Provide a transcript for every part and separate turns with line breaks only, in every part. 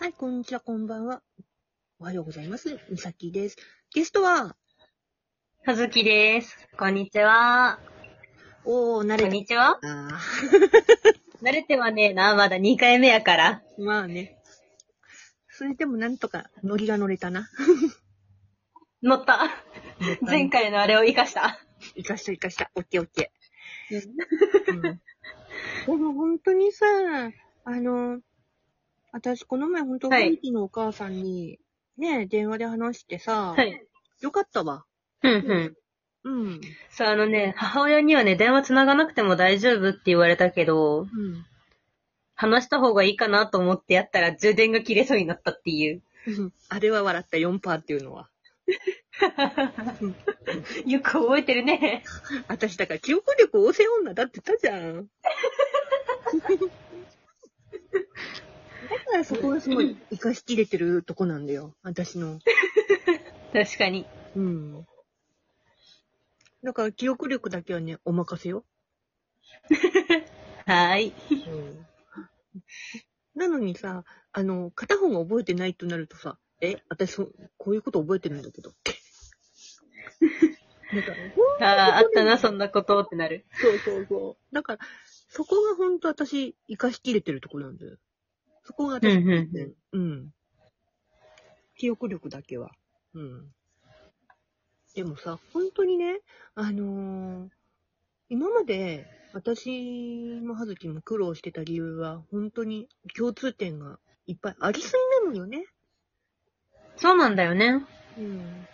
はい、こんにちは、こんばんは。おはようございます。みさきです。ゲストは、
はずきです。こんにちは。
おー、慣
こ
れ
ん
て
にちは。
あ
慣れてはねえな、まだ2回目やから。
ーまあね。それでもなんとか、ノリが乗れたな。
乗った。前回のあれを活かした。
生かした生かした。オッケーオッケー。うん、でも本当にさ、あの、私この前本当、
はい
雰囲気のお母さんに、ね、電話で話してさ、
はい。
よかったわ。
うんうん。
うん。うん。
そう、あのね、母親にはね、電話繋がなくても大丈夫って言われたけど、話した方がいいかなと思ってやったら充電が切れそうになったっていう。
うん あれは笑った4%パーっていうのは。
よく覚えてるね。
私だから記憶力旺盛女だって言ったじゃん。だからそこがすごい生かしきれてるとこなんだよ。私の。
確かに。
うん。だから記憶力だけはね、お任せよ。
はーい。
うん。なのにさ、あの、片方が覚えてないとなるとさ、え、私そ、こういうこと覚えてるんだけどって。なんか、ほん
ああ、あったな、そんなことってなる。
そうそうそう。だから、そこが本当私、生かしきれてるところなんだよ。そこが
うん
私、
うんうん。
うん。記憶力だけは。うん。でもさ、本当にね、あのー今まで私も葉月も苦労してた理由は、本当に共通点がいっぱいありすぎなのよね。
そうなんだよね。
うん。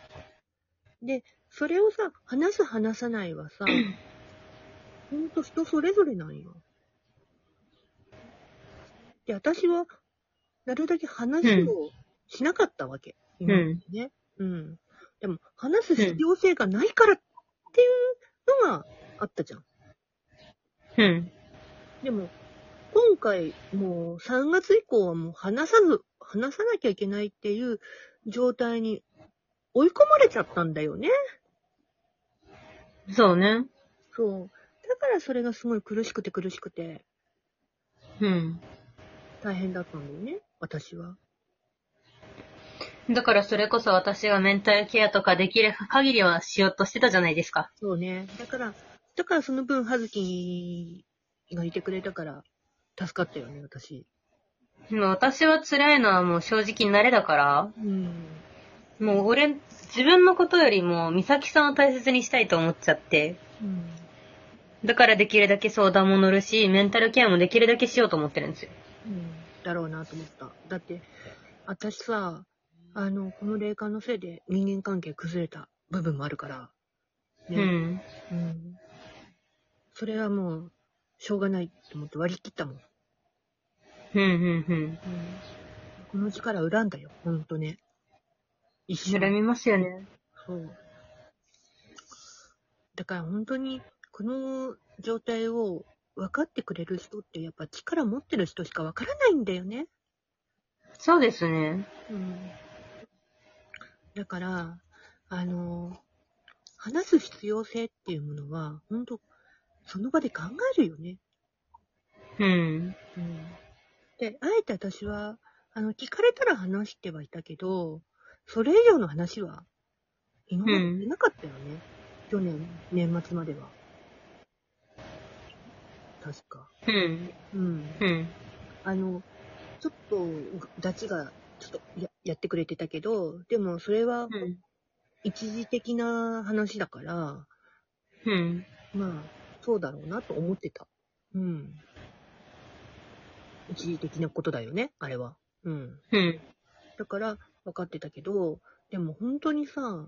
で、それをさ、話す話さないはさ、ほんと人それぞれなんよ。で、私は、なるだけ話をしなかったわけ。今までね。うん。でも、話す必要性がないからっていうのがあったじゃん。
うん。
でも、今回、もう3月以降はもう話さず、話さなきゃいけないっていう状態に追い込まれちゃったんだよね。
そうね。
そう。だからそれがすごい苦しくて苦しくて
うん。
大変だったんだよね、私は。
だからそれこそ私がメンタルケアとかできる限りはしようとしてたじゃないですか。
そうね。だから、だからその分、はずきがいてくれたから、助かったよね、私。
でも私は辛いのはもう正直慣れだから、
うん。
もう俺、自分のことよりも美咲さんを大切にしたいと思っちゃって、
うん。
だからできるだけ相談も乗るし、メンタルケアもできるだけしようと思ってるんですよ。
うん。だろうなと思った。だって、私さ、あの、この霊感のせいで人間関係崩れた部分もあるから。
う
ね。
ん。
うん。それはもう、しょうがないと思って割り切ったもん。うん。
うんうんうん。
この力恨んだよ、ほんとね。一瞬
恨みますよね。
そう。だから本当に、この状態を分かってくれる人って、やっぱ力持ってる人しか分からないんだよね。
そうですね。
うん。だから、あの、話す必要性っていうものは、本当その場で考えるよね。
うん。
うん。で、あえて私は、あの、聞かれたら話してはいたけど、それ以上の話は、今までなかったよね。去年、年末までは。確か。
うん。
うん。
うん。
あの、ちょっと、ダチが、ちょっとや、やってくれてたけど、でもそれは
うん。
一時的な話だから、
うん。
まあ、そうだろうなと思ってた。うん。一時的なことだよね、あれは。うん。
うん。
だから分かってたけど、でも本当にさ、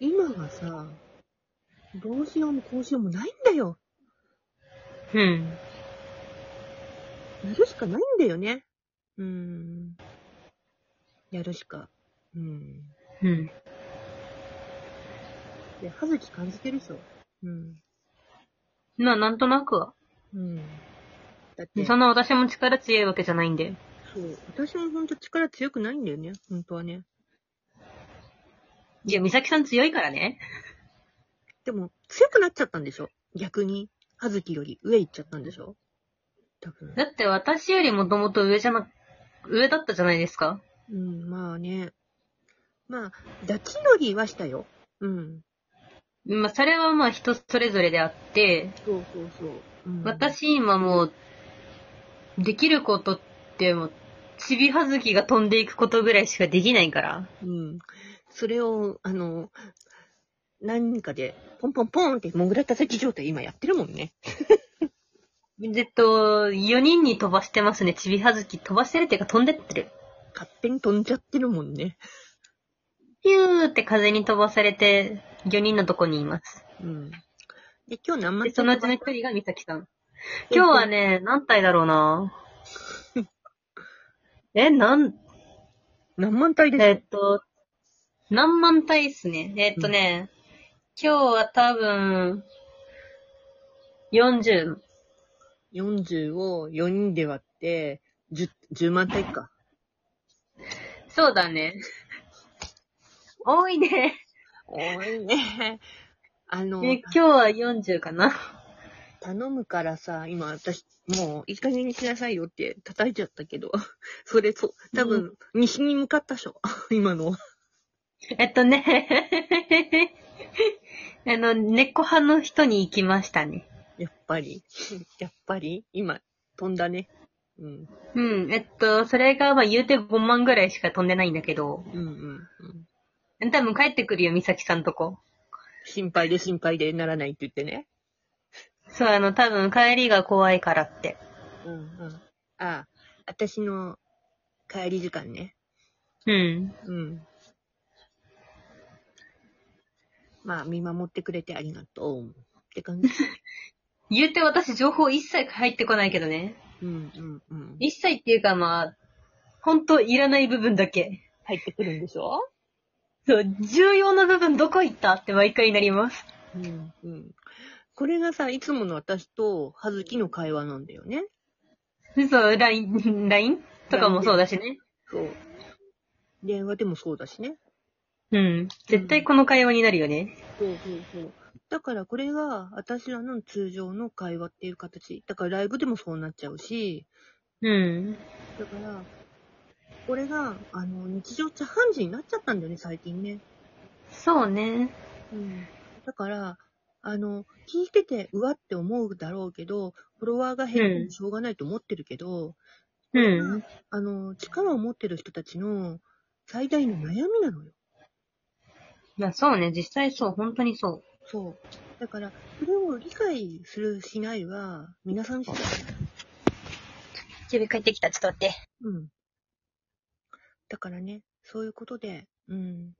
今がさ、どうしようもこうしようもないんだよ。
うん。
やるしかないんだよね。うーん。やるしか。うん。
うん。
で、はずき感じてるでしょ。うん。
まあなんとなくは。
うん。だって、
そ
そ
んな私も力強いわけじゃないんで。
う、私も本当力強くないんだよね、本当はね。
いや、美咲さん強いからね。
でも、強くなっちゃったんでしょ逆に、はずきより上行っちゃったんでしょ多分。
だって私よりもともと上じゃな、上だったじゃないですか。
うん、まあね。まあ、抱き乗りはしたよ。うん。
まあ、それはまあ人それぞれであって、
そうそうそう。うん、
私今もう、できることってもう、ちびはずきが飛んでいくことぐらいしかできないから。
うん。それを、あの、何人かで、ポンポンポンって、モグラ叩き状態今やってるもんね。
えっと、4人に飛ばしてますね、ちびはずき。飛ばしてるっていうか飛んでってる。
勝手に飛んじゃってるもんね。
ピューって風に飛ばされて、4人のとこにいます。
うん。で、今日何枚
で、そのうちの1人がみさきさん。今日はね、何体だろうなえ、なん、
何万体です
えっと、何万体っすね。えっとね、今日は多分、40。
40を4人で割って、10、10万体か。
そうだね。多いね。
おいね。あの、
え今日は40かな。
頼むからさ、今私、もういい加減にしなさいよって叩いちゃったけど、 それ、そう、多分、西に向かったっしょ。 今の。
えっとね、 あの、猫派の人に行きましたね。
やっぱり。 やっぱり今、飛んだね。うん。
うん、えっと、それが、まあ、言うて5万ぐらいしか飛んでないんだけど、
うんうんうん。
多分帰ってくるよ、みさきさんとこ。
心配で心配でならないって言ってね。
そう、あの、多分帰りが怖いからって。
うんうん。ああ、私の帰り時間ね。
うん。
うん。まあ、見守ってくれてありがとう。って感じ。
言うて私情報一切入ってこないけどね。
うんうんうん。
一切っていうかまあ、ほんといらない部分だけ。
入ってくるんでしょ
そう、重要な部分どこ行ったって毎回なります。
うんうん。これがさ、いつもの私と葉月の会話なんだよね。
そう、LINE、LINE? とかもそうだしね。
そう。電話でもそうだしね。
うん。絶対この会話になるよね。
そうそうそう。だからこれが私らの通常の会話っていう形。だからライブでもそうなっちゃうし、
うん。
だから、これが、あの、日常茶飯事になっちゃったんだよね、最近ね。
そうね。
うん。だから、あの、聞いてて、うわって思うだろうけど、フォロワーが減ってもしょうがないと思ってるけど、
うん。
あの、力を持ってる人たちの最大の悩みなのよ。
いや、そうね。実際そう。本当にそ
そう。だから、それを理解する、しないは、皆さん次第。
う。ちび帰ってきた。ちょっと待って。
うん。だからね、そういうことで、うん、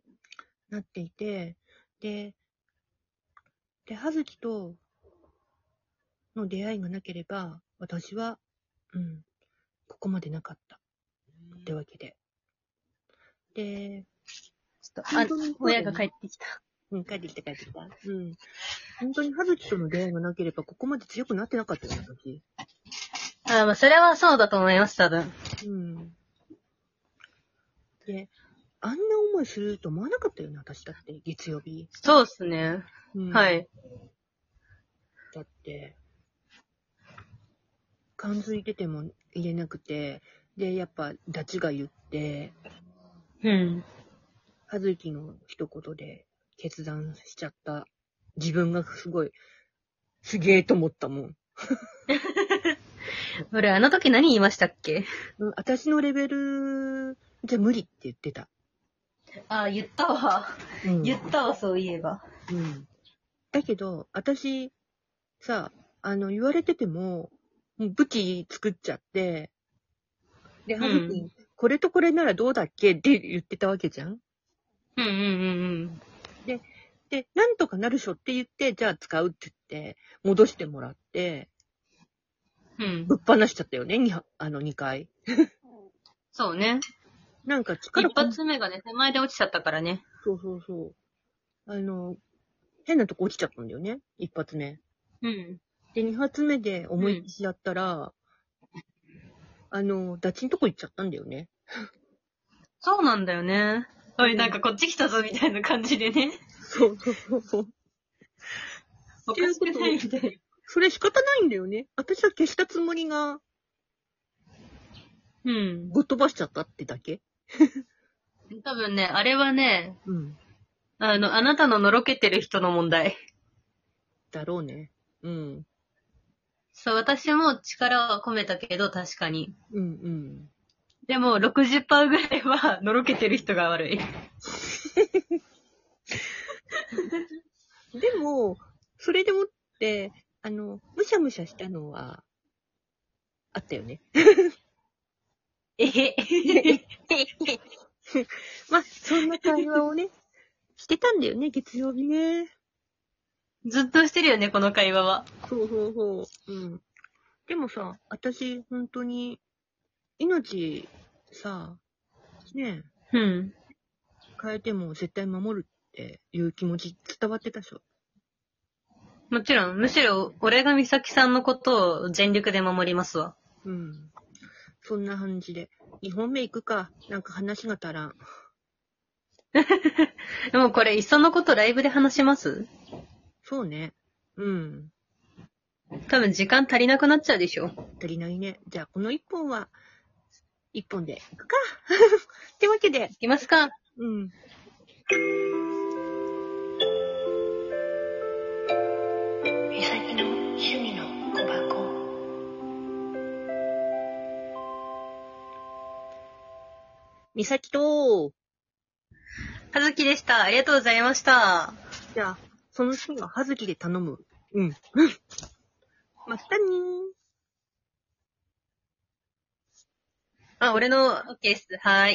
なっていて、で、で、はずきとの出会いがなければ、私は、うん、ここまでなかった。ってわけで。で、
ちょっと、あ、親が帰ってきた。
うん、帰ってきた帰ってきた。うん。本当に葉月との出会いがなければ、ここまで強くなってなかったよ、私。
あまあ、それはそうだと思います、多分。
うん。で、あんな思いすると思わなかったよね、私だって、月曜日。
そうっすね。
うん、
は。い。
だって、感づいてても言えなくて、で、やっぱ、ダチが言って、
うん。
葉月の一言で決断しちゃった。自分がすごい、すげえと思ったもん。
俺、あの時何言いましたっけ
うん、私のレベルじゃ無理って言ってた。
あ、言ったわ。
うん
言ったわ、そういえば。
うん、だけど、私、さ、あの、言われてても、もう武器作っちゃって、で、
うん
はずき、これとこれならどうだっけって言ってたわけじゃん
うんうんうん
で、なんとかなるっしょって言って、じゃあ使うって言って、戻してもらって、
うん。うん。
ぶっ放しちゃったよね、にあの2回。
そうね。
なんか力
一
こん
発目がね、手前で落ちちゃったからね。
そうそうそう。あの、変なとこ落ちちゃったんだよね、一発目。
うん。
で、二発目で思いっきりやったら、あの、ダチんとこ行っちゃったんだよね。
そうなんだよね。おい、なんかこっち来たぞ、みたいな感じで ね。
そうそうそうそう。
おかしくないみたいな。
それ仕方ないんだよね。私は消したつもりが、
うん。
ぶっ飛ばしちゃったってだけ
多分ね、あれはね、
うん。
あの、あなたののろけてる人の問題。
だろうね。うん。
そう、私も力は込めたけど、確かに。
うんうん。
でも、60%ぐらいは、のろけてる人が悪い。
でも、それでもって、あの、むしゃむしゃしたのは、あったよね。
えへ。
まあ、そんな会話を ね、してたんだよね、月曜日ね。
ずっとしてるよね、この会話は。
そうそうそう。うん。でもさ、私、本当に、命、さ、ねえ、
うん。
変えても絶対守るっていう気持ち伝わってたでしょ。
もちろん、むしろ、俺が美咲さんのことを全力で守りますわ。
うん。そんな感じで。2本目行くか。なんか話が足らん。
でもこれ、いっそのことライブで話します
そうね。うん。
多分時間足りなくなっちゃうでしょ。
足りないね。じゃあ、この1本は、1本で行くか。 ってわけで、
いきますか
うん。
美咲の趣味の小箱。
美咲と、
はずきでした。ありがとうございました。
じゃあ、その次は葉月で頼む。うん。 またねー。
あ、俺の、オッケーです。はーい。